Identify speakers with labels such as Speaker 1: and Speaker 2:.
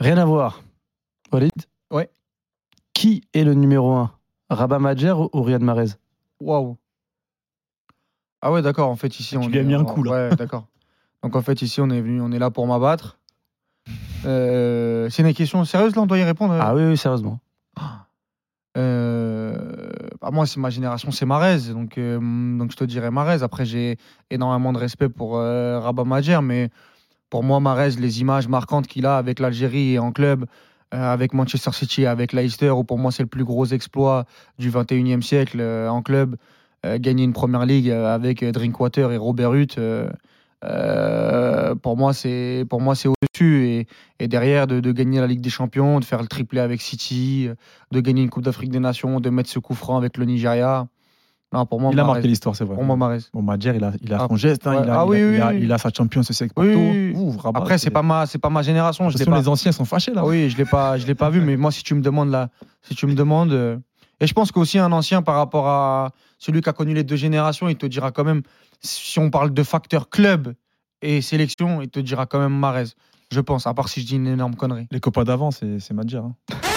Speaker 1: Rien à voir. Walid
Speaker 2: Ouais.
Speaker 1: Qui est le numéro 1 Rabat Majer ou ou Riyad Mahrez
Speaker 2: Waouh. Ah ouais, d'accord. En fait, ici, on.
Speaker 3: Tu lui as
Speaker 2: est-
Speaker 3: mis un
Speaker 2: on-
Speaker 3: coup, là.
Speaker 2: Ouais, d'accord. Donc en fait, ici, on est venu, on est là pour m'abattre. Euh, c'est une question sérieuse là, on doit y répondre.
Speaker 1: Ah oui, oui, sérieusement.
Speaker 2: Euh, bah, moi, c'est ma génération, c'est Marez, donc euh, donc je te dirais Marez. Après, j'ai énormément de respect pour euh, Rabat Majer, mais pour moi, Marez, les images marquantes qu'il a avec l'Algérie et en club, euh, avec Manchester City, avec Leicester, où pour moi c'est le plus gros exploit du 21e siècle euh, en club, euh, gagner une première ligue euh, avec euh, Drinkwater et Robert Huth. euh, euh, pour moi, c'est pour moi c'est au-dessus et, et derrière de, de gagner la Ligue des Champions, de faire le triplé avec City, euh, de gagner une Coupe d'Afrique des Nations, de mettre ce coup franc avec le Nigeria. Non, pour moi,
Speaker 3: Il a
Speaker 2: Mahrez.
Speaker 3: marqué l'histoire, c'est vrai.
Speaker 2: Pour moi, Mahrez.
Speaker 3: Bon, Madjer, il a, il a
Speaker 2: Ah,
Speaker 3: son geste, hein,
Speaker 2: ouais.
Speaker 3: il,
Speaker 2: Ah
Speaker 3: a, il a-
Speaker 2: oui,
Speaker 3: il,
Speaker 2: oui,
Speaker 3: a,
Speaker 2: oui.
Speaker 3: il a sa champion, ce sec
Speaker 2: Oui, oui, oui.
Speaker 3: Ouh, Rabat,
Speaker 2: Après, c'est pas ma c'est pas ma génération. Je
Speaker 3: Ce
Speaker 2: l'ai
Speaker 3: sont
Speaker 2: pas.
Speaker 3: les hein. anciens sont fâchés là.
Speaker 2: Ah oui, je l'ai pas, je l'ai pas vu, mais moi, si tu me demandes là, si tu me demandes, euh, et je pense qu'aussi un ancien par rapport à celui qui a connu les deux générations, il te dira quand même, si on parle de facteur club et sélection, il te dira quand même Marez. Je pense, à part si je dis une énorme connerie.
Speaker 3: Les copains d'avant, c'est c'est Madjer. hein.